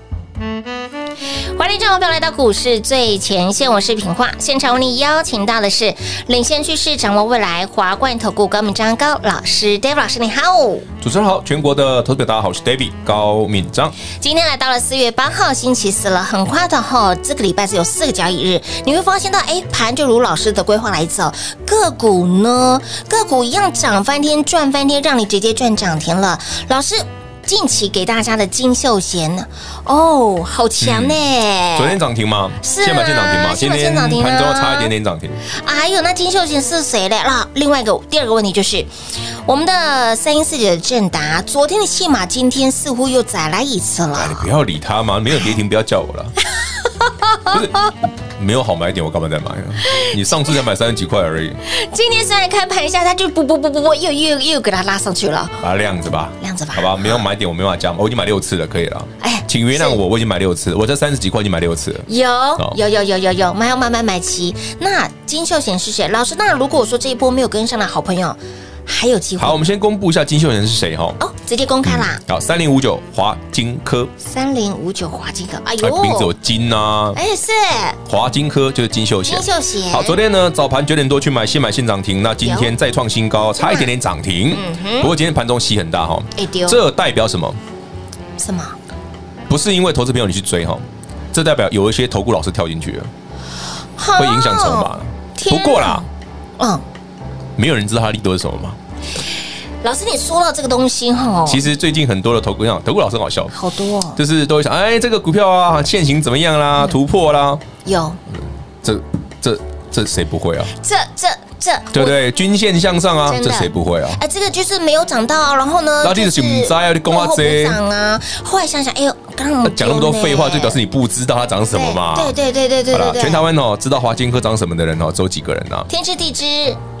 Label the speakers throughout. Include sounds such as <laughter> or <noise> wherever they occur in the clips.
Speaker 1: 欢迎各位朋友来到股市最前线，我是品化。现场为你邀请到的是领先趋势、掌握未来华冠投顾高敏章高老师，Dave 老师，你好。
Speaker 2: 主持人好，全国的投资者大家好，我是 David 高敏章。
Speaker 1: 今天来到了四月八号星期四了，很快的哈、这个礼拜只有四个交易日，你会发现到，哎，盘就如老师的规划来走，个股呢，个股一样涨翻天、赚翻天，让你直接赚涨停了。老师近期给大家的金秀贤呢，哦，好强呢、
Speaker 2: 嗯昨天涨停嘛，
Speaker 1: 哎是啊
Speaker 2: 先买先涨停嘛，
Speaker 1: 先
Speaker 2: 今
Speaker 1: 买先
Speaker 2: 天
Speaker 1: 涨停啊
Speaker 2: 盘中要差一点点涨停，
Speaker 1: 啊，还有那金秀贤是谁嘞？那另外一个第二个问题就是，我们的三一四九的正达，昨天的戏码今天似乎又再来一次
Speaker 2: 哎，你
Speaker 1: 了。
Speaker 2: 不要理他嘛，没有跌停不要叫
Speaker 1: <laughs>
Speaker 2: 我了。不是，没有好买点，我干嘛再买啊？你上次才买三十几块而已，
Speaker 1: 今天虽然开盘一下，他就不不不不不，又又又给他拉上去了。
Speaker 2: 啊，量子吧，
Speaker 1: 量子吧
Speaker 2: 好吧，没有买点我没办法加嘛，我已经买六次了，可以了。
Speaker 1: 哎
Speaker 2: 请原谅我，我已经买六次，我这三十几块已经买六次了。
Speaker 1: 有有有有有有，买要慢慢买齐。那金秀贤是谁？老师，那如果说这一波没有跟上的好朋友，还有机会
Speaker 2: 好，我们先公布一下金秀贤是谁哈。
Speaker 1: 哦，直接公开啦，
Speaker 2: 好，三零五九华金科，
Speaker 1: 三零五九华金科，哎
Speaker 2: 哎名字有
Speaker 1: 呦，
Speaker 2: 金呐，
Speaker 1: 哎是
Speaker 2: 华金科就是金秀贤
Speaker 1: 金。秀贤，
Speaker 2: 好，昨天呢早盘九点多去买，现买现涨停。那今天再创新高，差一点点涨
Speaker 1: 嗯
Speaker 2: 停。不过今天盘中洗很大哈，
Speaker 1: 哎丢
Speaker 2: 这代表什么？
Speaker 1: 什么？
Speaker 2: 不是因为投资朋友你去追哈，这代表有一些投顾老师跳进去了，会影响筹码
Speaker 1: 哦。。
Speaker 2: 不
Speaker 1: 天
Speaker 2: 过啦，
Speaker 1: 嗯。
Speaker 2: 没有人知道它利多是什么嘛。
Speaker 1: 哦老师，你说到这个东西哈，
Speaker 2: 其实最近很多的投顾，像投顾老师很好笑，
Speaker 1: 好多、哦、
Speaker 2: 就是都会想，哎，这个股票啊，现行怎么样
Speaker 1: 嗯
Speaker 2: 啦，突破啦，
Speaker 1: 有，
Speaker 2: 这这这谁不会啊？
Speaker 1: 这这这，
Speaker 2: 对不对？均线向上啊，
Speaker 1: 真的
Speaker 2: 这谁不会啊
Speaker 1: 我？哎，这个就是没有涨到，然后呢，
Speaker 2: 那你就是不知道你讲我
Speaker 1: 落后不
Speaker 2: 这
Speaker 1: 涨啊。后来想想，哎呦，刚刚我们
Speaker 2: 讲那么多
Speaker 1: 丢呢
Speaker 2: 废话，就表示你不知道它涨什么嘛。
Speaker 1: 对对对对对
Speaker 2: 好
Speaker 1: 对
Speaker 2: 了，
Speaker 1: 对，
Speaker 2: 全台湾哦，知道华金科长什么的人哦，只有几个人呐、啊？
Speaker 1: 天知地知，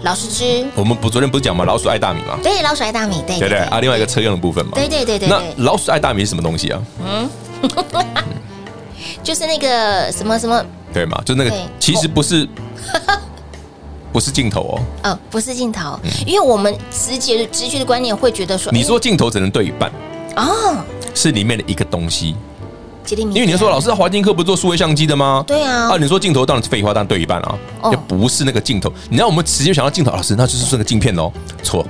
Speaker 1: 老师知，
Speaker 2: 我们不昨天不是讲嘛，老鼠爱大米嘛，
Speaker 1: 对，老鼠爱大米，对
Speaker 2: 对不对？啊，另外一个车用的部分嘛，
Speaker 1: 对对对对
Speaker 2: 那
Speaker 1: 对，
Speaker 2: 老鼠爱大米是什么东西啊？
Speaker 1: 就是那个什么什么，
Speaker 2: 对嘛，就那个
Speaker 1: 对
Speaker 2: 其实
Speaker 1: <laughs>
Speaker 2: 不是，不是镜头哦。
Speaker 1: 呃，不是镜头，因为我们直觉直觉的观念会觉得说，
Speaker 2: 嗯你
Speaker 1: 哎
Speaker 2: 说镜头只能对一半，
Speaker 1: 哦，
Speaker 2: 是里面的一个东西，
Speaker 1: 吉利米，
Speaker 2: 因为你就说老师华金科不是做数位相机的吗？
Speaker 1: 对啊
Speaker 2: 啊，你说镜头当然是废话，当然对一半啊，
Speaker 1: 哦
Speaker 2: 也不是那个镜头。你让我们直接想到镜头，老师那就是那个镜片哦，错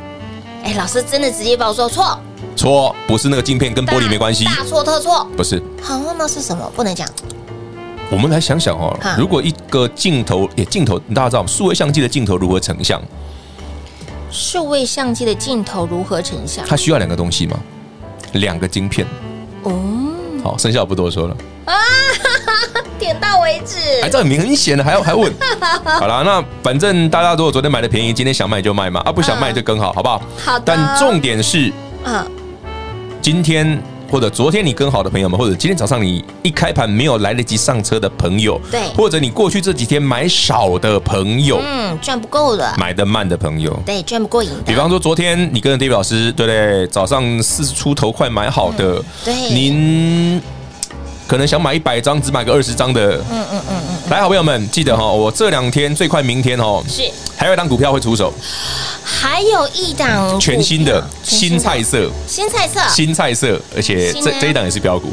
Speaker 1: 哎，老师真的直接把我说错，
Speaker 2: 错，不是那个镜片，跟玻璃没关系，
Speaker 1: 大错特错。
Speaker 2: 不是。
Speaker 1: 好，那是什么？不能讲。
Speaker 2: 我们来想想哦
Speaker 1: 哈，
Speaker 2: 如果一个镜头，也镜头，大家知道数位相机的镜头如何成像？
Speaker 1: 数位相机的镜头如何成像？
Speaker 2: 它需要两个东西吗？两个晶片。
Speaker 1: 哦，
Speaker 2: 好，剩下我不多说了。
Speaker 1: 点到为止。
Speaker 2: 哎，这很明显的，还要还
Speaker 1: <laughs>
Speaker 2: 问。好啦，那反正大家如果昨天买的便宜，今天想卖就卖嘛，啊不想卖就更好，好不好？
Speaker 1: 好的
Speaker 2: 但重点是
Speaker 1: 啊，
Speaker 2: 今天。或者昨天你跟好的朋友们，或者今天早上你一开盘没有来得及上车的朋友，
Speaker 1: 对
Speaker 2: 或者你过去这几天买少的朋友，
Speaker 1: 嗯，赚不够的，
Speaker 2: 买的慢的朋友，
Speaker 1: 对，赚不过瘾的。
Speaker 2: 比方说，昨天你跟 d a v 老师，对不对？早上四十出头快买好的，
Speaker 1: 嗯对
Speaker 2: 您可能想买一百张，只买个二十张的，嗯嗯嗯嗯。来，好朋友们，记得哈、我这两天最快明天哦，
Speaker 1: 嗯是
Speaker 2: 还有一档股票会出手，
Speaker 1: 还有一档
Speaker 2: 全新的
Speaker 1: 股票
Speaker 2: 新菜，色，
Speaker 1: 新菜色
Speaker 2: 新菜色，而且
Speaker 1: 新
Speaker 2: 这
Speaker 1: 啊
Speaker 2: 这一档也是标股，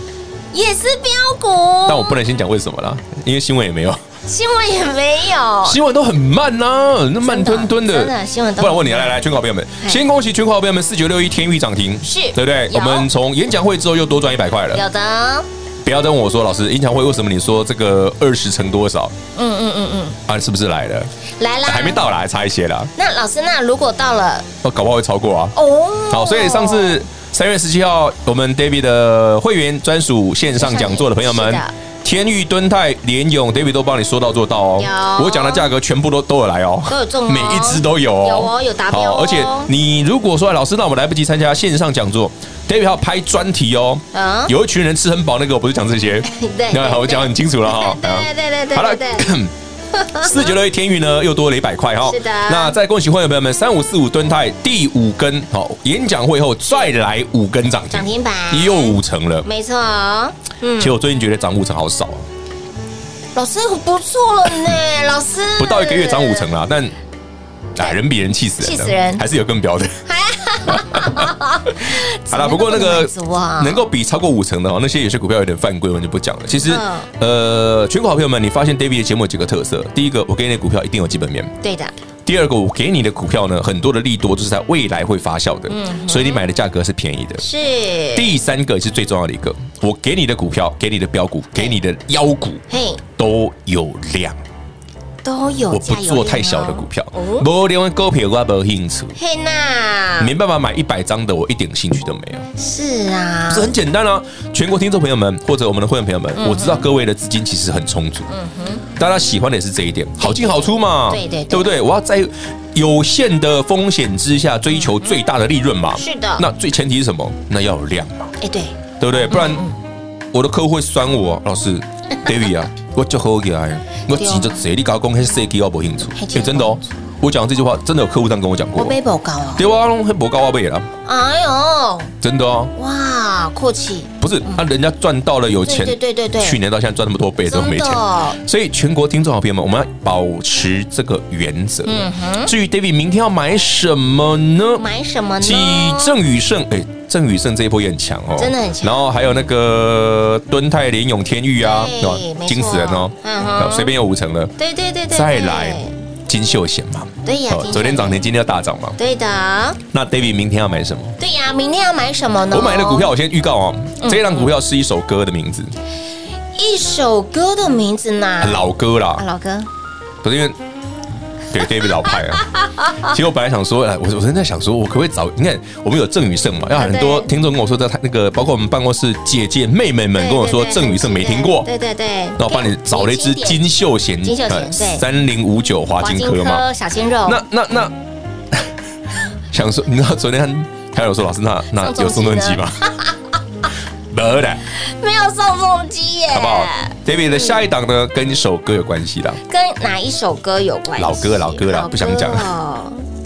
Speaker 1: 也是标股，
Speaker 2: 但我不能先讲为什么啦，因为新闻也没有，
Speaker 1: 新闻也没有。
Speaker 2: 新闻都很慢呐、那慢吞吞的，
Speaker 1: 真的新闻都
Speaker 2: 不然问你，来啊来来，全国好朋友们，
Speaker 1: 嘿
Speaker 2: 先恭喜全国好朋友们四九六一天域涨停，
Speaker 1: 是
Speaker 2: 对不对？
Speaker 1: 有
Speaker 2: 我们从演讲会之后又多赚一百块了。
Speaker 1: 有的，
Speaker 2: 不要再问我说，老师，演讲会为什么你说这个二十乘多少
Speaker 1: 嗯嗯嗯嗯，
Speaker 2: 啊？是不是来了？
Speaker 1: 来啊啦，
Speaker 2: 还没。到啦，还差一些啦，
Speaker 1: 那老师，那如果到了，
Speaker 2: 哦，搞不好会超过啊。
Speaker 1: 哦，
Speaker 2: 好，所以上次三月十七号，我们 David 的会员专属线上讲座的朋友
Speaker 1: 是
Speaker 2: 们
Speaker 1: 的。
Speaker 2: 天域、敦泰、联勇，David 都帮你说到做到哦。
Speaker 1: 有
Speaker 2: 我讲的价格全部都都有来哦，
Speaker 1: 都有中哦
Speaker 2: 每一只都有哦，
Speaker 1: 有哦有达标哦
Speaker 2: 好而且你如果说老师，那我们来不及参加线上讲座，David 还要拍专题哦。
Speaker 1: 嗯，
Speaker 2: 有一群人吃很饱，那个我不是讲这些，
Speaker 1: <laughs>
Speaker 2: <laughs>
Speaker 1: 对对
Speaker 2: 那好我讲得很清楚了哈。
Speaker 1: 对对对对对
Speaker 2: 好了
Speaker 1: 对，
Speaker 2: <coughs> 四九六一天宇呢又多了一百块哈。
Speaker 1: 是的
Speaker 2: 那再恭喜会员朋友们，三五四五蹲泰第五根，好，演讲会后再来五根涨
Speaker 1: 涨
Speaker 2: 停，
Speaker 1: 停板
Speaker 2: 又五成了。
Speaker 1: 没错哦，嗯
Speaker 2: 其，实我最近觉得涨五成好少啊，
Speaker 1: 老师不错了
Speaker 2: <laughs>
Speaker 1: 呢，老师
Speaker 2: 不到一个月涨五成啦，但哎，人比人气死人
Speaker 1: 嗯
Speaker 2: 的，
Speaker 1: 气死人
Speaker 2: 还是有更标的。
Speaker 1: <laughs>
Speaker 2: 好
Speaker 1: 怎么那
Speaker 2: 啦，
Speaker 1: 么
Speaker 2: 不过那
Speaker 1: 满
Speaker 2: 个
Speaker 1: 足啊
Speaker 2: 能够比超过五成的哦，那些有些股票有点犯规，我们就不讲了。其实
Speaker 1: 嗯，
Speaker 2: 呃，全国好朋友们，你发现 David 的节目有几个特色？第一个，我给你的股票一定有基本面；
Speaker 1: 对的，
Speaker 2: 第二个，我给你的股票呢，很多的利多就是在未来会发酵的，
Speaker 1: 嗯
Speaker 2: 所以你买的价格是便宜的。
Speaker 1: 是，
Speaker 2: 第三个也是最重要的一个，我给你的股票、给你的标股、给你的妖股
Speaker 1: 嘿，
Speaker 2: 都有量。
Speaker 1: 都有
Speaker 2: 我不
Speaker 1: 价有
Speaker 2: 做
Speaker 1: 量
Speaker 2: 太
Speaker 1: 哦
Speaker 2: 小的股票，
Speaker 1: 哦
Speaker 2: 无连湾股票我没有兴趣，
Speaker 1: 嘿呐，
Speaker 2: 没办法买一百张的，我一点兴趣都没有。
Speaker 1: 是啊
Speaker 2: 这，很简单啊！全国听众朋友们，或者我们的会员朋友们，
Speaker 1: 嗯
Speaker 2: 我知道各位的资金其实很充足，大家喜欢的也是这一点，好进好出嘛，
Speaker 1: 对对对
Speaker 2: 对不对？我要在有限的风险之下追求最大的利润嘛，
Speaker 1: 是的
Speaker 2: 那最前提是什么？那要有量嘛，
Speaker 1: 哎对，
Speaker 2: 对不对？不然
Speaker 1: 嗯
Speaker 2: 我的客户会酸我，
Speaker 1: <laughs>
Speaker 2: 老师，David 啊，我就好起来，我急着谁你搞公开设计我不清楚，
Speaker 1: 还
Speaker 2: 哎
Speaker 1: 哦真
Speaker 2: 真的哦，我讲这句话真的有客户这样跟我讲
Speaker 1: 我
Speaker 2: 过，
Speaker 1: 背包高哦，
Speaker 2: 对啊，黑博高啊背了，
Speaker 1: 哎呦，
Speaker 2: 真的哦。
Speaker 1: 哇，阔气，
Speaker 2: 不是，啊，人家赚到了有
Speaker 1: 嗯
Speaker 2: 钱，
Speaker 1: 对对对对对
Speaker 2: 去年到现在赚那么多倍都没钱
Speaker 1: 真的哦，
Speaker 2: 所以全国听众好朋友们，我们要保持这个原则。
Speaker 1: 嗯哼，
Speaker 2: 至于 David 明天要买什么呢？
Speaker 1: 买什么呢？
Speaker 2: 继郑宇胜，哎，郑宇胜这一波也很强哦，
Speaker 1: 真的很强
Speaker 2: 然后还有那个敦泰联永天域啊，
Speaker 1: 对
Speaker 2: 对吧
Speaker 1: 没错
Speaker 2: 惊死人哦，
Speaker 1: 嗯哼
Speaker 2: 随便有五成了，
Speaker 1: 对对对对，对
Speaker 2: 再来金秀贤嘛，
Speaker 1: 对呀
Speaker 2: 哦
Speaker 1: 金秀贤
Speaker 2: 昨天涨停，今天要大涨嘛，
Speaker 1: 对的，
Speaker 2: 那 David 明天要买什么？
Speaker 1: 对呀，明天要买什么呢？
Speaker 2: 我买的股票，我先预告哦，这档股票是一首歌的名字，
Speaker 1: 一首歌的名字呢？
Speaker 2: 老歌啦
Speaker 1: 啊，，老哥，
Speaker 2: 不是因为对 David 老派啊。其实我本来想说，哎，我我真的想说，我可不可以找？你看，我们有郑宇胜嘛，要很多
Speaker 1: 对
Speaker 2: 听众跟我说，在他那个包括我们办公室姐姐妹妹们跟我说，
Speaker 1: 对对对
Speaker 2: 郑宇胜没听过。
Speaker 1: 对对对，
Speaker 2: 那我帮你找了一支金秀贤，
Speaker 1: 金秀贤对
Speaker 2: 三零五九华
Speaker 1: 华
Speaker 2: 金
Speaker 1: 金
Speaker 2: 科嘛。
Speaker 1: 科小鲜肉，
Speaker 2: 那那那，想说，你知道昨天他有说，老师，那那有
Speaker 1: 宋仲
Speaker 2: 宋仲
Speaker 1: 基
Speaker 2: 基
Speaker 1: 呢
Speaker 2: 吗？没的，
Speaker 1: 没有宋仲基耶，
Speaker 2: 好不好？David 的下一档呢，跟一首歌有关系的。
Speaker 1: 跟哪一首歌有关系？
Speaker 2: 老歌老歌啦不想讲
Speaker 1: 哦 <laughs>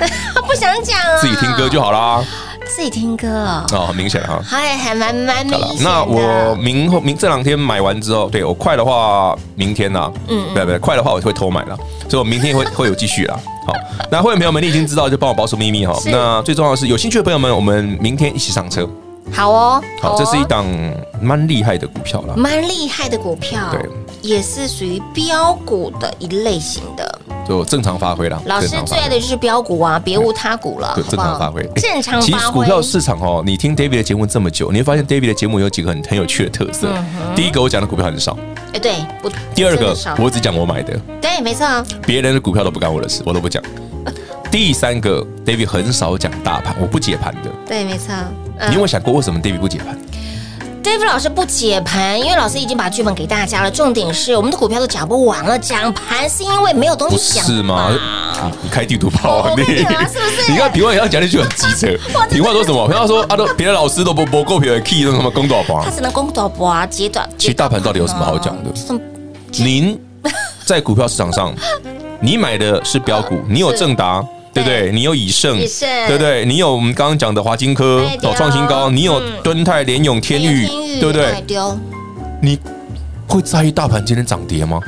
Speaker 1: 不想讲啊，
Speaker 2: 自己听歌就好啦。
Speaker 1: 自己听歌哦，
Speaker 2: 哦，很明显哈。
Speaker 1: 还还蛮蛮
Speaker 2: 好
Speaker 1: 明
Speaker 2: 了，
Speaker 1: 显的。
Speaker 2: 那我明后明这两天买完之后，对我快的话，明天呐、嗯，不不，快的话我会偷买了，所以我明天会 <laughs> 会有继续啦。啊好，那会员朋友们，你已经知道，就帮我保守秘密哈。
Speaker 1: 是
Speaker 2: 那最重要的是，有兴趣的朋友们，我们明天一起上车。
Speaker 1: 好嗯哦，
Speaker 2: 好，
Speaker 1: 哦
Speaker 2: 这是一档蛮厉害的股票啦。
Speaker 1: 蛮厉害的股票，
Speaker 2: 对，
Speaker 1: 也是属于标股的一类型的。
Speaker 2: 就正常发挥啦。
Speaker 1: 老师
Speaker 2: 正常发
Speaker 1: 最
Speaker 2: 挥
Speaker 1: 爱的就是标股啊，别无他股了，
Speaker 2: 对，
Speaker 1: 好
Speaker 2: 正
Speaker 1: 不
Speaker 2: 常
Speaker 1: 好？
Speaker 2: 发挥。
Speaker 1: 正常
Speaker 2: 其
Speaker 1: 发
Speaker 2: 实
Speaker 1: 挥。
Speaker 2: 股票市场哦，你听 David 的节目这么久，你会发现 David 的节目有几个很很有趣的特色。第一个，我讲的股票很少；
Speaker 1: 哎，对，我
Speaker 2: 第二
Speaker 1: 嗯真
Speaker 2: 个
Speaker 1: 的少，
Speaker 2: 我只讲我买的。
Speaker 1: 对，没错，
Speaker 2: 别人的股票都不干我的事，我都不讲。第三个，David 很少讲大盘，我不解盘的。
Speaker 1: 对，没错。呃
Speaker 2: 你有没有想过为什么 David 不解盘？
Speaker 1: David 老师不解盘，因为老师已经把剧本给大家了。重点是我们的股票都讲不完了，讲盘是因为没有东
Speaker 2: 不
Speaker 1: 西讲。
Speaker 2: 是吗？你你开地图炮啊
Speaker 1: 我
Speaker 2: 你！
Speaker 1: 我跟你讲啊是不是
Speaker 2: 你看平话也要讲那句很机
Speaker 1: <laughs>
Speaker 2: 车。平话说什么？平话说啊，都别的老师都不不够别人 key 那什么公道吧
Speaker 1: 他？ <laughs> 只能攻短波啊，截短。
Speaker 2: 其实大盘到底有什么好讲的
Speaker 1: 嗯什么
Speaker 2: 您在股票市场上，你买的是标股，你有正达。对不对？你有以盛，
Speaker 1: 哦以盛
Speaker 2: 对不对？你有我们刚刚讲的华金科
Speaker 1: 哎对哦
Speaker 2: 创新高，你有
Speaker 1: 嗯
Speaker 2: 敦泰、联永、天宇，对不对？
Speaker 1: 啊丢，
Speaker 2: 你会在意大盘今天涨跌吗？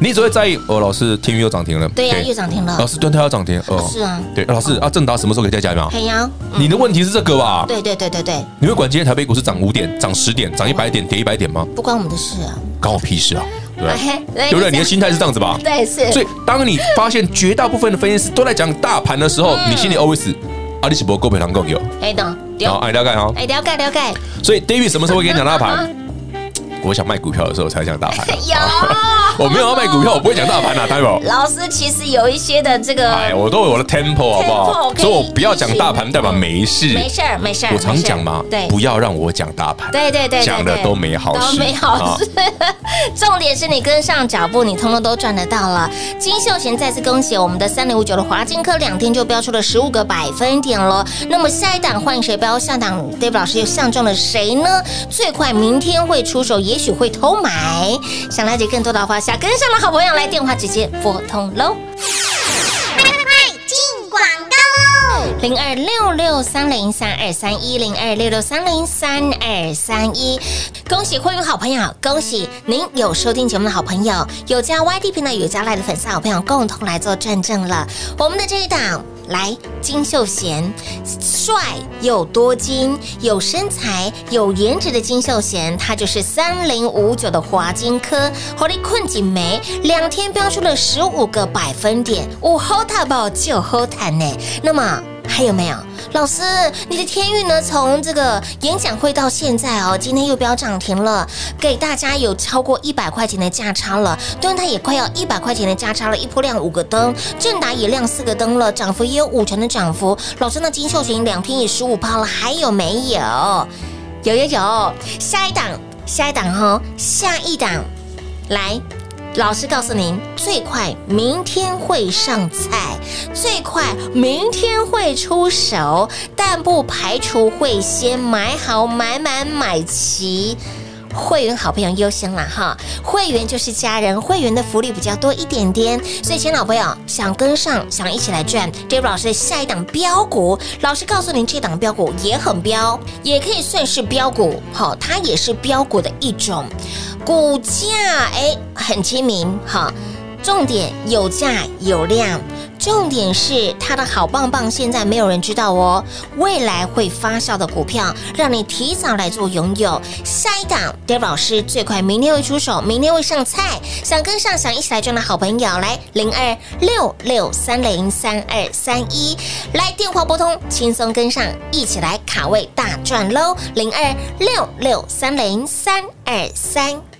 Speaker 2: 你只会在意哦，老师天宇又涨停了，
Speaker 1: 对啊呀，又涨停
Speaker 2: 老
Speaker 1: 了。
Speaker 2: 师敦泰要涨停，哦，
Speaker 1: 是啊，
Speaker 2: 对，老师啊，正达什么时候可以再加码？
Speaker 1: 黑羊。嗯
Speaker 2: 你的问题是这个吧？
Speaker 1: 对对对对对，
Speaker 2: 你会管今天台北股市涨五点、涨十点、涨一百点、
Speaker 1: 哦
Speaker 2: 跌一百点吗？
Speaker 1: 不关我们的事啊。
Speaker 2: 关我屁事啊！对不对，
Speaker 1: 哎对
Speaker 2: 对不对？你的心态是这样子吧？
Speaker 1: 对是，
Speaker 2: 所以，当你发现绝大部分的分析师都在讲大盘的时候，
Speaker 1: 嗯
Speaker 2: 你心里 always 阿里是博够赔偿够有，
Speaker 1: 哎等
Speaker 2: 然
Speaker 1: 丢，
Speaker 2: 后哎大概哈。
Speaker 1: 哎了解了解，
Speaker 2: 所以 David 什么时候会跟你讲
Speaker 1: <laughs>
Speaker 2: 大盘？我想卖股票的时候才讲大盘啊。
Speaker 1: 有。
Speaker 2: <laughs> 我没有要卖股票，我不会讲大盘啊，
Speaker 1: <laughs>
Speaker 2: 代表。
Speaker 1: 老师其实有一些的这个，
Speaker 2: 哎，我都有我的 tempo 好不
Speaker 1: tempo
Speaker 2: 好？
Speaker 1: 可以
Speaker 2: 所以我不要讲大盘，代表没事。
Speaker 1: 没事儿没事儿，
Speaker 2: 我常
Speaker 1: 没事儿
Speaker 2: 讲嘛，
Speaker 1: 对，
Speaker 2: 不要让我讲大盘。
Speaker 1: 对对对对，
Speaker 2: 讲的
Speaker 1: 对
Speaker 2: 都没好事啊
Speaker 1: 都没好事。 <laughs> 重点是你跟上脚步，你通通都赚得到了。金秀贤再次恭喜我们的三零五九的华金科，两天就标出了十五个百分点了。那么下一档换谁标？下档 David 老师又相中了谁呢？最快明天会出手，也许会偷买。想了解更多的话，想跟上的好朋友来电话直接拨通喽。零二六六三零三二三一零二六六三零三二三一，恭喜会员好朋友，恭喜您有收听节目的好朋友，有加 YT 频道有加赖的粉丝好朋友，共同来做见证了。我们的这一档来金秀贤，帅又多金，有身材有颜值的金秀贤，他就是三零五九的华金科，活力困境梅，两天飙出了十五个百分点，我 hold 它吧，就 hold 它呢。那么。还有没有？老师，你的天运呢？从这个演讲会到现在哦，今天又飙涨停了，给大家有超过一百块钱的价差了。端它也快要一百块钱的价差了，一波亮五个灯，正达也亮四个灯了，涨幅也有五成的涨幅。老师，那金秀群两天也十五趴了，还有没有？有有有，下一档，下一档哦，下一档，来。老师告诉您，最快明天会上菜，最快明天会出手，但不排除会先买好买满买齐。会员好朋友优先了哈，会员就是家人，会员的福利比较多一点点，所以，亲老朋友想跟上，想一起来赚 j e 老师的下一档标股，老师告诉您，这档标股也很标，也可以算是标股，好、它也是标股的一种，股价哎很亲民哈。重点有价有量，重点是它的好棒棒，现在没有人知道哦。未来会发酵的股票，让你提早来做拥有。下一档 d a v 老师最快明天会出手，明天会上菜。想跟上，想一起来赚的好朋友，来零二六六三零三二三一，来电话拨通，轻松跟上，一起来卡位大赚喽！零二六六三零三二三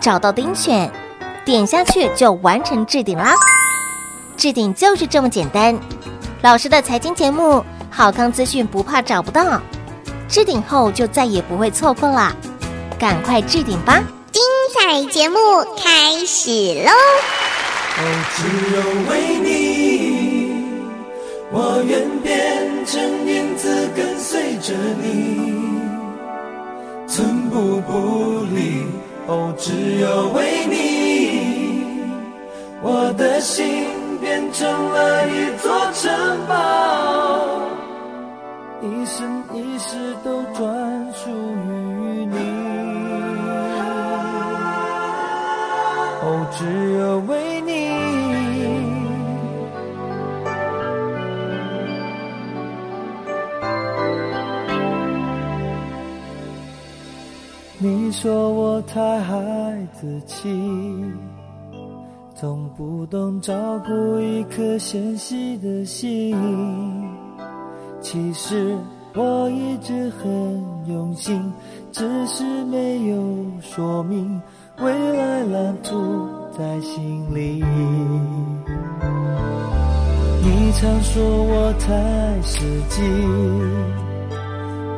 Speaker 1: 找到钉选，点下去就完成置顶啦。置顶就是这么简单。老师的财经节目，好康资讯不怕找不到，置顶后就再也不会错过啦，赶快置顶吧！
Speaker 3: 彩节目开始喽！
Speaker 4: 哦只有为你，我愿变成影子跟随着你，寸步不离。哦，只有为你，我的心变成了一座城堡，一生一世都专属于你。哦，只有为你。你说我太孩子气，总不懂照顾一颗纤细的心。其实我一直很用心，只是没有说明未来蓝图在心里。你常说我太实际，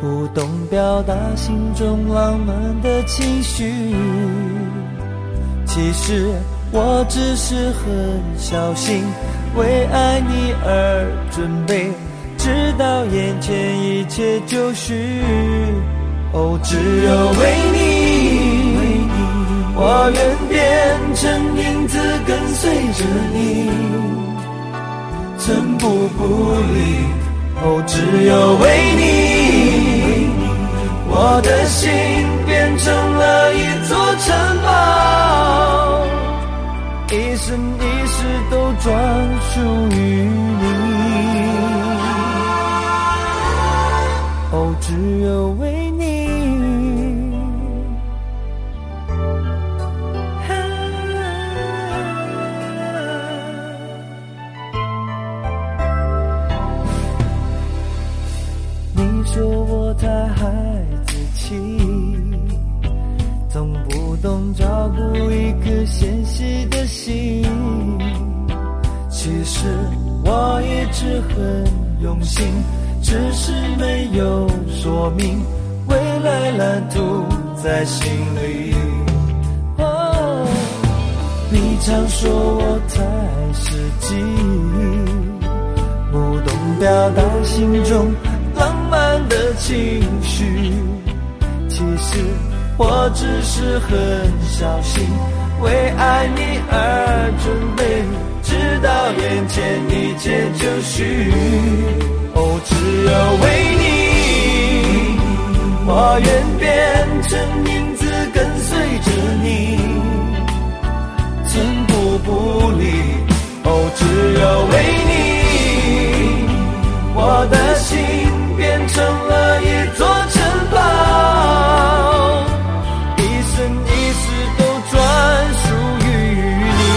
Speaker 4: 不懂表达心中浪漫的情绪。其实我只是很小心，为爱你而准备，直到眼前一切就绪。哦，只有为你，我愿变成影子跟随着你，寸步不离。哦，只有为你，我的心变成了一座城堡。一生一世都专属于你。哦，只有为你。啊你说我太孩子气。懂不懂照顾一颗纤细的心？其实我一直很用心，只是没有说明，未来蓝图在心里。哦，你常说我太实际，不懂表达心中浪漫的情绪。其实我只是很小心，为爱你而准备，直到眼前一切就绪。哦，只有为你，我愿变成影子跟随着你，寸步不离。哦，只有为你，我的心变成了一座城堡，一生一世都专属于你。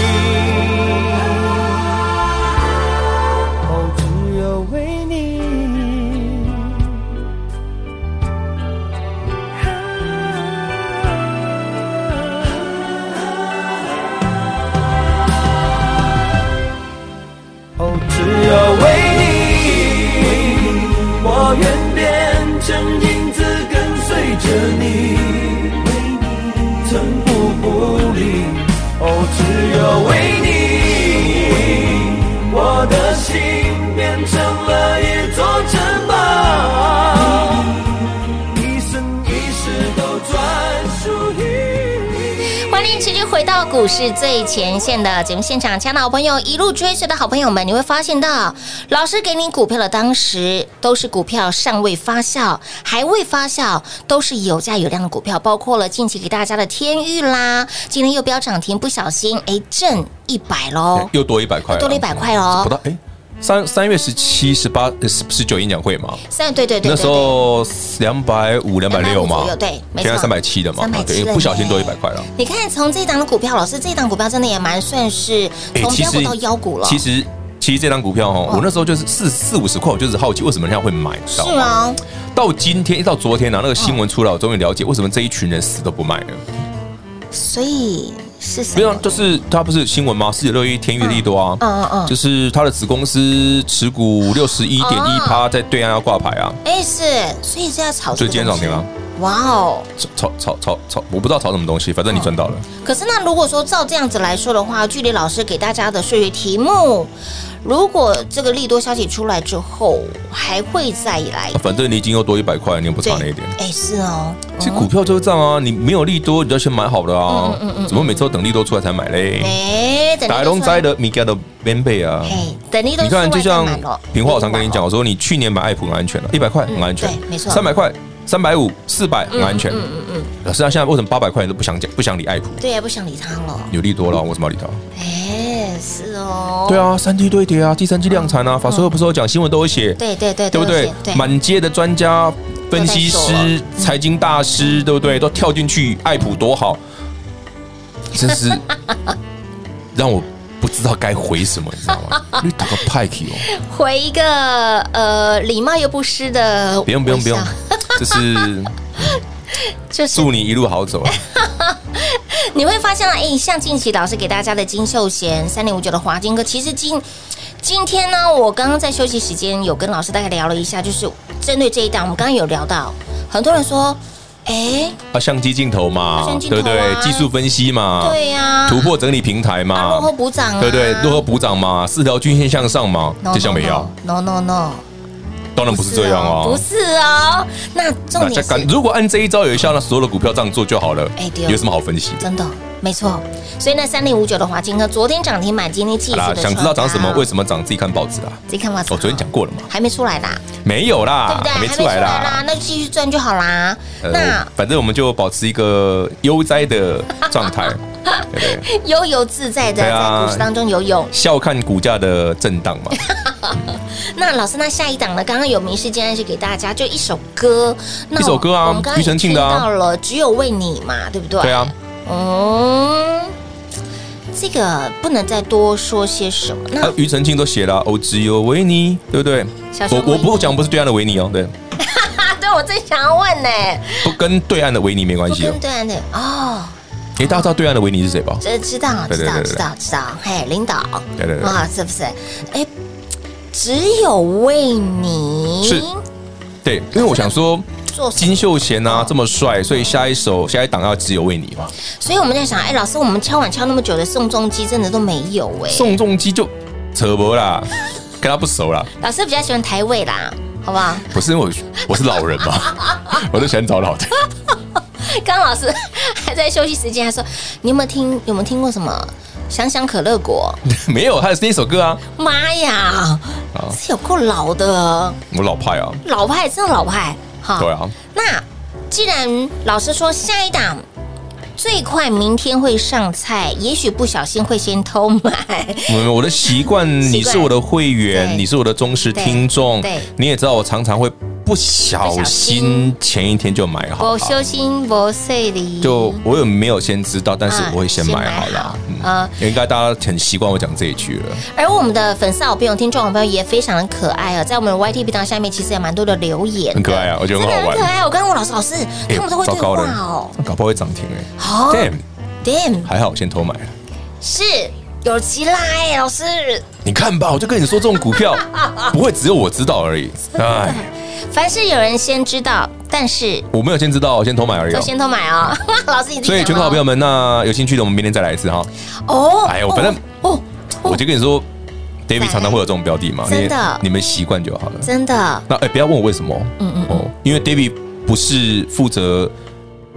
Speaker 4: 哦，只有为你。哦，只有为你，我愿变成影子跟随着你，寸步不离。哦，只有为你，我的心变成了一座城堡，一生一世都专属于你。
Speaker 1: 欢迎持续回到股市最前线的节目现场，亲爱的好朋友，一路追随的好朋友们，你会发现到，老师给你股票的当时都是股票尚未发酵，还未发酵，都是有价有量的股票，包括了近期给大家的天域啦，今天又飙涨停，不小心哎挣一百喽，
Speaker 2: 哎又多一百块了，
Speaker 1: 多了100块哦
Speaker 2: 不到哎，三三月十七、十八、十十九演讲会嘛，
Speaker 1: 三对对对对，
Speaker 2: 那时候两百五、两百
Speaker 1: 左
Speaker 2: 六嘛
Speaker 1: 右，对没错
Speaker 2: 现在三百七的嘛，啊
Speaker 1: 370
Speaker 2: 对
Speaker 1: 了，耶
Speaker 2: 不小心多一百块了。
Speaker 1: 对你看从这一档的股票，老师这一档股票真的也蛮算是
Speaker 2: 哎
Speaker 1: 从标股到腰股了，哦
Speaker 2: 其实其实这张股票哈，我那时候就是四四五十块，我就是好奇为什么人家会买，你知
Speaker 1: 是
Speaker 2: 道吗？
Speaker 1: 吗？哦
Speaker 2: 到今天到昨天啊，那个新闻出来，我终于了解为什么这一群人死都不卖了。
Speaker 1: 所以是什
Speaker 2: 没有啊
Speaker 1: 么，？
Speaker 2: 就是他不是新闻吗？四九六一天域利多啊，
Speaker 1: 嗯嗯嗯
Speaker 2: 就是他的子公司持股六十一点一
Speaker 1: 哦
Speaker 2: 趴，在对岸要挂牌啊，
Speaker 1: 哎是，所以是在炒
Speaker 2: 就
Speaker 1: 这个
Speaker 2: 今天
Speaker 1: 东
Speaker 2: 涨
Speaker 1: 西
Speaker 2: 停啊，
Speaker 1: 哇哦！
Speaker 2: 炒炒炒炒炒，我不知道炒什么东西，反正你赚到了。
Speaker 1: 可是那如果说照这样子来说的话，距离老师给大家的数学题目，如果这个利多消息出来之后，还会再来
Speaker 2: 啊反正你已经又多一百块，你也不差那一点。
Speaker 1: 哎，是哦，
Speaker 2: 其实股票就是这样啊，你没有利多，你就要先买好的啊
Speaker 1: 嗯嗯嗯嗯，
Speaker 2: 怎么每次都等利多出来才买嘞？
Speaker 1: 哎，等利多
Speaker 2: 打
Speaker 1: 出
Speaker 2: 龙
Speaker 1: 来
Speaker 2: 灾，的米加的 b 倍啊！
Speaker 1: 嘿，等利多
Speaker 2: 你看，
Speaker 1: 出
Speaker 2: 就
Speaker 1: 来再
Speaker 2: 像
Speaker 1: 买咯
Speaker 2: 平话，我常跟你讲，我，说你去年买爱普很安全了，一百块很安全
Speaker 1: 嗯，对没错
Speaker 2: 三百块、三百五、四百很安全。
Speaker 1: 嗯嗯嗯，
Speaker 2: 老师，他现在为什么八百块你都不想讲，不想理爱普？
Speaker 1: 对呀，不想理他了。
Speaker 2: 有利多了，我怎么要理他？
Speaker 1: 哎，是哦，嗯
Speaker 2: 对，啊，三 T 对跌啊，第三季量产啊，法说又不是有讲，新闻都有写，
Speaker 1: 对对对，
Speaker 2: 对不对
Speaker 1: 有些？对，
Speaker 2: 满街的专家、分析
Speaker 1: 都在嗯
Speaker 2: 师、财经大师，对不对？都跳进去，爱普多好，真
Speaker 1: <laughs>
Speaker 2: 是让我不知道该回什么，你知道吗？你打个派去哦。
Speaker 1: 回一个呃礼貌又不失的，
Speaker 2: 不用不用不用，这是
Speaker 1: 就是
Speaker 2: 祝你一路好走
Speaker 1: <laughs>
Speaker 2: 啊！
Speaker 1: 你会发现，哎，像近期老师给大家的金秀贤三零五九的华金哥，其实今今天呢，我刚刚在休息时间有跟老师大概聊了一下，就是针对这一档，我们刚刚有聊到，很多人说哎，
Speaker 2: 啊，相机镜头嘛
Speaker 1: 相，机镜
Speaker 2: 对不
Speaker 1: 头啊
Speaker 2: 对？技术分析嘛，
Speaker 1: 对呀
Speaker 2: 啊突破整理平台
Speaker 1: 啊落
Speaker 2: 嘛
Speaker 1: 后，补涨啊，
Speaker 2: 对不对？落后补涨嘛，四条均线向上嘛
Speaker 1: No，，
Speaker 2: 这项没要，
Speaker 1: ，no no no，
Speaker 2: 当然不是这样
Speaker 1: 不
Speaker 2: 哦。
Speaker 1: 是哦，那重
Speaker 2: 大
Speaker 1: 点
Speaker 2: 家敢
Speaker 1: 是
Speaker 2: 如果按这一招有效，那所有的股票这样做就好了
Speaker 1: 哎，对哦
Speaker 2: 有什么好分析的？
Speaker 1: 真的没错，所以那三零五九的华金科昨天涨停板，今天继续
Speaker 2: 好啦，
Speaker 1: 的
Speaker 2: 想知道涨什么，为
Speaker 1: 么？
Speaker 2: 什么涨，自己看报纸啦。啊哦
Speaker 1: 自己看吧，
Speaker 2: 我昨天讲过了嘛，
Speaker 1: 还没出来啦，
Speaker 2: 没有
Speaker 1: 对
Speaker 2: 啦
Speaker 1: 不，对？
Speaker 2: 啊还
Speaker 1: 还
Speaker 2: 没
Speaker 1: 没
Speaker 2: 出
Speaker 1: 出
Speaker 2: 来
Speaker 1: 来
Speaker 2: 啦
Speaker 1: 啦。，那就继续赚就好啦。那
Speaker 2: 呃，反正我们就保持一个悠哉的
Speaker 1: <laughs>
Speaker 2: 状态，对不对？
Speaker 1: 悠游自在的
Speaker 2: 对
Speaker 1: 在
Speaker 2: 啊
Speaker 1: 股市当中游泳。
Speaker 2: 笑看股价的震荡嘛，
Speaker 1: 那老师，那下一档呢？刚刚有明示今天是给大家就一首歌，那
Speaker 2: 一首歌啊
Speaker 1: 我们刚刚
Speaker 2: 庾澄庆的啊
Speaker 1: 也听到了，只有为你嘛，对不 <laughs> 对？
Speaker 2: 对啊，
Speaker 1: 嗯，这个不能再多说些什么。
Speaker 2: 他
Speaker 1: 那
Speaker 2: 庾澄庆都写了啊，哦，只有维尼，对不对
Speaker 1: 小？熊
Speaker 2: 我我
Speaker 1: 维尼
Speaker 2: 不讲不是对岸的维尼哦，对，
Speaker 1: 啊， <laughs> 对我最想要问呢，
Speaker 2: 不跟对岸的维尼没关
Speaker 1: 不
Speaker 2: 系哦
Speaker 1: 跟。对岸的哦，
Speaker 2: 诶，大家知道对岸的维尼是谁吧？
Speaker 1: 这知道
Speaker 2: 对
Speaker 1: 知
Speaker 2: 对
Speaker 1: 道
Speaker 2: 对对
Speaker 1: 知道知道，嘿，领导
Speaker 2: 对对对
Speaker 1: 啊，是不是？哎，只有为你
Speaker 2: 是对，因为我想说
Speaker 1: 做什
Speaker 2: 金
Speaker 1: 么？
Speaker 2: 秀贤啊这么帅，所以下一首下一档要只有为你嘛。
Speaker 1: 所以我们在想，哎，老师，我们敲碗敲那么久的宋仲基真的都没有哎，
Speaker 2: 宋仲基就扯博啦，跟他不熟啦，
Speaker 1: 老师比较喜欢台位啦，好不好？ <laughs>
Speaker 2: 不是因为我我是老人嘛， <laughs> 我都喜欢找老的。 <laughs>
Speaker 1: 刚老师 <laughs> 还在休息时间，还说你有没有听有没有听过什么想想可乐
Speaker 2: <laughs>
Speaker 1: 果？
Speaker 2: 没有，他的是那首歌啊，
Speaker 1: 妈呀
Speaker 2: 好，
Speaker 1: 这有够老的，
Speaker 2: 我老派啊，
Speaker 1: 老派真的老派哈。
Speaker 2: 对啊，
Speaker 1: 那既然老师说下一档最快明天会上菜，也许不小心会先偷买，
Speaker 2: 我我的习惯，你是我的会
Speaker 1: 对
Speaker 2: 员，你是我的忠实听众
Speaker 1: 对对，
Speaker 2: 你也知道我常常会不小
Speaker 1: 不小
Speaker 2: 心
Speaker 1: 心
Speaker 2: 前一天就买 <laughs> 好
Speaker 1: 我
Speaker 2: 了，
Speaker 1: 修心我碎礼，
Speaker 2: 就我也没有先知道，但是我会先买好
Speaker 1: 啊
Speaker 2: 了
Speaker 1: 先买好。啊
Speaker 2: 嗯，应该大家很习惯我讲这一句了。
Speaker 1: 而我们的粉丝好朋友、听众好朋友也非常的可爱哦，在我们的 YT 频道下面其实也蛮多的留言，
Speaker 2: 很可爱啊我觉得很好玩
Speaker 1: 真的很可爱。我刚刚问老师，老师
Speaker 2: 哎
Speaker 1: 他们都会对
Speaker 2: 糟糕
Speaker 1: 话
Speaker 2: 了
Speaker 1: 哦，
Speaker 2: 搞不好会涨停
Speaker 1: 好
Speaker 2: 哎。Damn，
Speaker 1: ，damn，
Speaker 2: 还好我先偷买了。
Speaker 1: 是有其啦哎，老师，
Speaker 2: 你看吧，我就跟你说，这种股
Speaker 1: <laughs>
Speaker 2: 票不会只有我知道而已。哎，
Speaker 1: 凡是有人先知道，但是
Speaker 2: 我没有先知道，我先偷买而已
Speaker 1: 就
Speaker 2: 哦。
Speaker 1: 先偷买哦。 <laughs> 老师已经
Speaker 2: 嗯所以，全国好朋友们，那有兴趣的，我们明天再来一次哈。
Speaker 1: 哦，
Speaker 2: 哎呦反正
Speaker 1: 哦，哦
Speaker 2: 我就跟你说，David 常常会有这种标的嘛，
Speaker 1: 真的
Speaker 2: 你你们习惯就好了。
Speaker 1: 真的
Speaker 2: 那哎，不要问我为什么，嗯嗯哦，因为 David 不是负责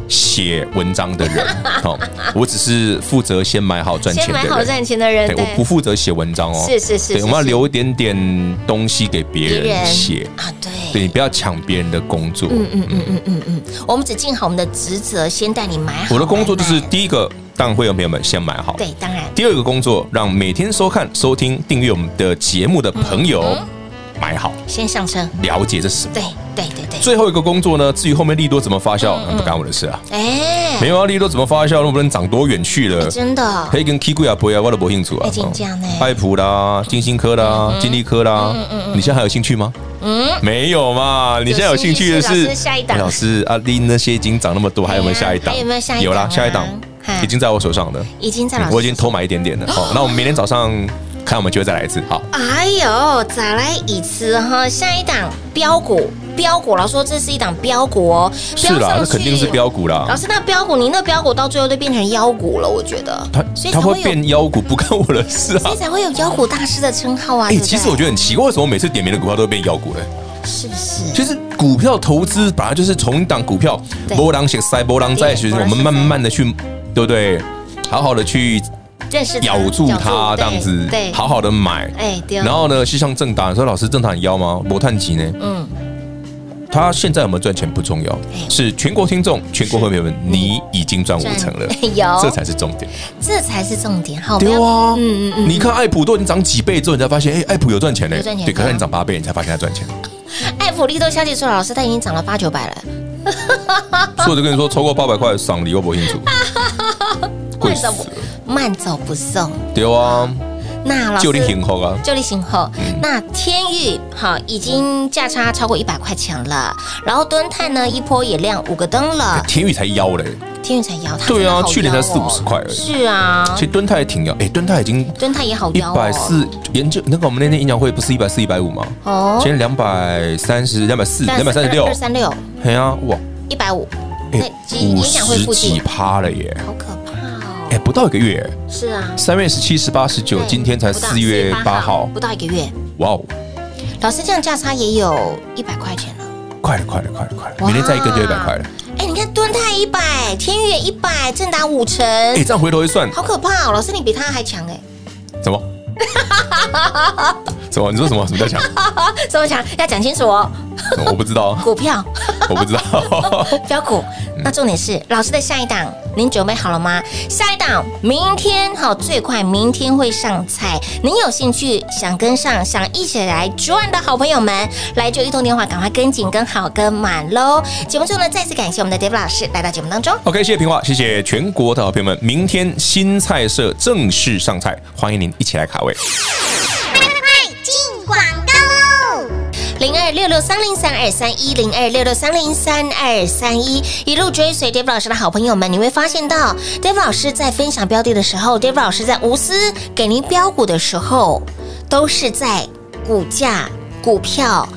Speaker 2: 写文章的
Speaker 1: <laughs>
Speaker 2: 人，哦，我只是负责先买好赚
Speaker 1: 先
Speaker 2: 钱的
Speaker 1: 买
Speaker 2: 人，
Speaker 1: 好赚钱的人，
Speaker 2: 对，我不负责写文章哦，
Speaker 1: 是是是
Speaker 2: 对，
Speaker 1: 是
Speaker 2: 我们要
Speaker 1: 是
Speaker 2: 留一点点东西给别
Speaker 1: 别
Speaker 2: 人
Speaker 1: 人
Speaker 2: 写，
Speaker 1: 啊，
Speaker 2: 对
Speaker 1: 对，
Speaker 2: 你不要抢别人的工作，
Speaker 1: 嗯嗯嗯嗯嗯嗯，我们只尽好我们的职责，先带你买好。
Speaker 2: 我的工作就是
Speaker 1: 买满
Speaker 2: 第一个，当然会有朋友们先买好，
Speaker 1: 对，当然
Speaker 2: 第二个工作，让每天收看、收听、订阅我们的节目的朋友买好，
Speaker 1: 先上车。
Speaker 2: 了解这是什么。
Speaker 1: 对对对对，
Speaker 2: 最后一个工作呢，至于后面利多怎么发酵，那不干我的事啊。
Speaker 1: 哎，
Speaker 2: 没有啊，利多怎么发酵，能不能涨多远去了？
Speaker 1: 真的
Speaker 2: 可以跟 K 贵啊、博啊，我都不清楚啊
Speaker 1: 哎真这样呢。
Speaker 2: 爱普啦、金星科啦、金利科啦，你现在还有兴趣吗？嗯，没有嘛。你现在有兴趣的
Speaker 1: 有兴趣
Speaker 2: 是
Speaker 1: 老师下一档
Speaker 2: 哎老师啊，利那些已经涨那么多，还有没有下一档？
Speaker 1: 还有没有下一档啊
Speaker 2: 有啦，下一档
Speaker 1: 嗨
Speaker 2: 已经在我手上了。嗯
Speaker 1: 已经在老师，哦
Speaker 2: 我已经偷。买一点点了。好，那我们明天早上看我们机会再来一次。好，
Speaker 1: 哎呦，再来一次哈，下一档标股，标股，老师说这是一档标股哦，
Speaker 2: 是啦，
Speaker 1: 上
Speaker 2: 那
Speaker 1: 去
Speaker 2: 肯定是标。股啦
Speaker 1: 老。师，那标股，你那标股到最后都变成妖股了，我觉得，
Speaker 2: 它
Speaker 1: 所以
Speaker 2: 它
Speaker 1: 才
Speaker 2: 会
Speaker 1: 会有，
Speaker 2: 变妖股，不干我的事啊
Speaker 1: 所以。才会有妖股大师的称号啊。
Speaker 2: 哎、
Speaker 1: 对不对
Speaker 2: 其实我觉得很奇怪，为什么每次点名的股票都会变妖股嘞？
Speaker 1: 是不是？
Speaker 2: 其实股票投资本来就是从一档股票
Speaker 1: 对
Speaker 2: 波浪写塞波浪再
Speaker 1: 对
Speaker 2: 学，
Speaker 1: 波
Speaker 2: 我
Speaker 1: 浪
Speaker 2: 们
Speaker 1: 再
Speaker 2: 慢慢的去，对不对？好好的去
Speaker 1: 认识它
Speaker 2: 咬住它，
Speaker 1: 对
Speaker 2: 这样子，
Speaker 1: 对，
Speaker 2: 好，好的买。
Speaker 1: 哎，对哦，
Speaker 2: 然后呢，是像正达，你说老师正达很妖吗？罗探吉呢？
Speaker 1: 嗯，
Speaker 2: 他现在有没有赚钱不重要，
Speaker 1: 哎
Speaker 2: 是全国听众、全国会员们，你已经赚五成了，
Speaker 1: <laughs> 有，
Speaker 2: 这
Speaker 1: 这
Speaker 2: 才是重点。
Speaker 1: 这才是重点，好，我们
Speaker 2: 对
Speaker 1: 要
Speaker 2: 啊，
Speaker 1: 嗯嗯嗯，
Speaker 2: 你看爱普都已经涨几倍之后，你才发现，哎，爱普有赚钱嘞
Speaker 1: 有赚，钱
Speaker 2: 对，可是
Speaker 1: 对啊
Speaker 2: 你涨八倍，你才发现它赚钱。
Speaker 1: 艾普利都消息说，老师他已经涨了八九百了，
Speaker 2: 所以我就跟你说，超过八百块赏礼我不清
Speaker 1: <laughs>
Speaker 2: 楚，贵死了。
Speaker 1: 慢走不送。
Speaker 2: 对啊，
Speaker 1: 那老师
Speaker 2: 就你挺好啊，
Speaker 1: 就例行后，那天域哈已经价差超过一百块钱了，然后敦泰呢一波也亮五个灯了，
Speaker 2: 天宇才妖嘞，
Speaker 1: 天域才摇它啊真的好
Speaker 2: 对
Speaker 1: 妖
Speaker 2: 啊
Speaker 1: 哦，
Speaker 2: 去年才四五十块而已
Speaker 1: 是啊
Speaker 2: 其，实敦泰也挺妖，哎，敦泰已经
Speaker 1: 敦泰也好
Speaker 2: 一
Speaker 1: 妖哦，
Speaker 2: 百四研究那个我们那天演讲会不是一百四一百五吗？
Speaker 1: 哦
Speaker 2: 今，天两百三十、两百四、两百三十六
Speaker 1: 二，三六
Speaker 2: 哎呀，哇，
Speaker 1: 一百五，
Speaker 2: 哎，
Speaker 1: 几
Speaker 2: 五
Speaker 1: 演讲会
Speaker 2: 十
Speaker 1: 附
Speaker 2: 几
Speaker 1: 近，
Speaker 2: 趴了耶！
Speaker 1: 好可怕哦！
Speaker 2: 哎，不到一个月，
Speaker 1: 是啊，
Speaker 2: 三月十七、十八、十九，
Speaker 1: 对
Speaker 2: 今天才
Speaker 1: 不到
Speaker 2: 四月
Speaker 1: 4
Speaker 2: 八号，
Speaker 1: 不到一个月，
Speaker 2: 哇哦，
Speaker 1: 老师这样价差也有一百块钱了。
Speaker 2: 快了，快了，快了，快了！
Speaker 1: 哇
Speaker 2: 明天再一根就一百块了。
Speaker 1: 哎，你看敦泰一百，天宇一百，正达五成，
Speaker 2: 哎，这样回头一算，
Speaker 1: 好可怕哦！老师你比他还强哎，
Speaker 2: 怎 <laughs> 么？怎么？你说什么？什么叫 <laughs> 强？
Speaker 1: 这么强要讲清楚哦。
Speaker 2: 什么我不知道，
Speaker 1: 股票 <laughs>
Speaker 2: 我不知 <laughs> 道。
Speaker 1: 标股，那重点是老师的下一档，您准备好了吗？下一档明天好，最快明天会上菜。您有兴趣想跟上，想一起来赚的好朋友们，来就一通电话，赶快跟紧、跟好、跟满喽！节目最后呢，再次感谢我们的 Dave 老师来到节目当中。
Speaker 2: OK，谢谢平话，谢谢全国的好朋友们。明天新菜社正式上菜，欢迎您一起来卡位。
Speaker 3: 进广告喽！
Speaker 1: 零二六六三零三二三一零二六六三零三二三一，一路追随 Dave 老师的好朋友们，你会发现到 Dave 老师在分享标的的时候，Dave 老师在无私给您标股的时候，都是在股价、股票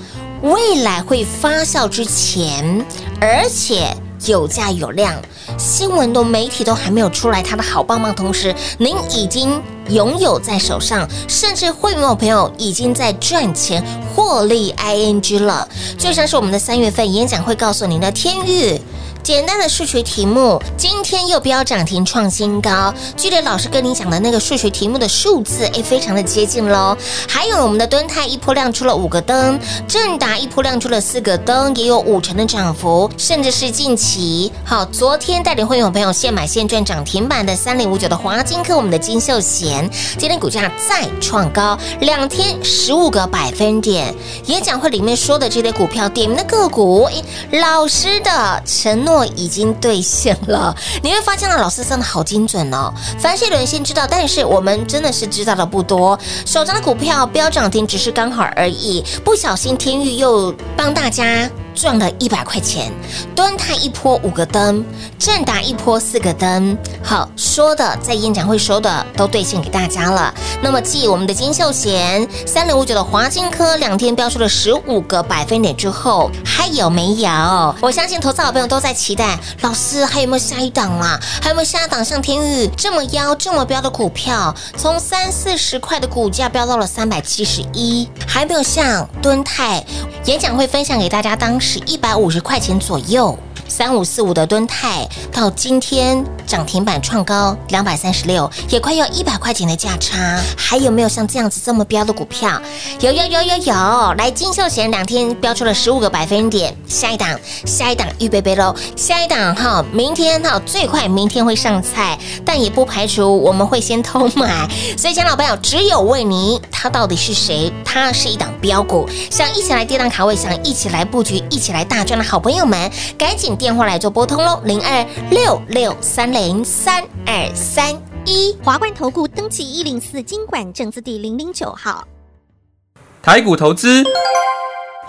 Speaker 1: 未来会发酵之前，而且有价有量。新闻都媒体都还没有出来，它的好棒棒，同时您已经拥有在手上，甚至会员有朋友已经在赚钱获利 ing 了。就像是我们的三月份演讲会告诉您的天域。简单的数学题目，今天又标涨停创新高，距离老师跟你讲的那个数学题目的数字，哎，非常的接近喽。还有我们的敦泰一波亮出了五个灯，正达一波亮出了四个灯，也有五成的涨幅，甚至是近期好，昨天带领会员朋友现买现赚涨停板的三零五九的华金科，我们的金秀贤，今天股价再创高，两天十五个百分点。演讲会里面说的这类股票，点名的个股，诶老师的承诺已经兑现了。你会发现呢，啊老师算的好精准哦。凡是有人先知道，但是我们真的是知道的不多。手上的股票飙涨停只是刚好而已，不小心天域又帮大家。赚了一百块钱，端泰一波五个灯，正达一波四个灯。好，说的在演讲会说的都兑现给大家了。那么继我们的金秀贤三零五九的华金科两天飙出了十五个百分点之后，还有没有？我相信投资好朋友都在期待，老师还有没有下一档啊？还有没有下一档像天宇这么妖这么飙的股票，从三四十块的股价飙到了三百七十一，还没有像敦泰演讲会分享给大家，当时一百五十块钱左右。三五四五的敦泰到今天涨停板创高两百三十六，也快要一百块钱的价差，还有没有像这样子这么标的股票？有有有有有，来金秀贤两天标出了十五个百分点，下一档下一档预备备喽，下一档哈，明天哈最快明天会上菜，但也不排除我们会先偷买，所以钱老朋友只有为你，他到底是谁？他是一档标股，想一起来跌档卡位，想一起来布局，一起来大赚的好朋友们，赶紧电话来做拨通喽，零二六六三零三二三一。
Speaker 5: 华冠投顾登记一零四经管证字第零零九号。
Speaker 6: 台股投资，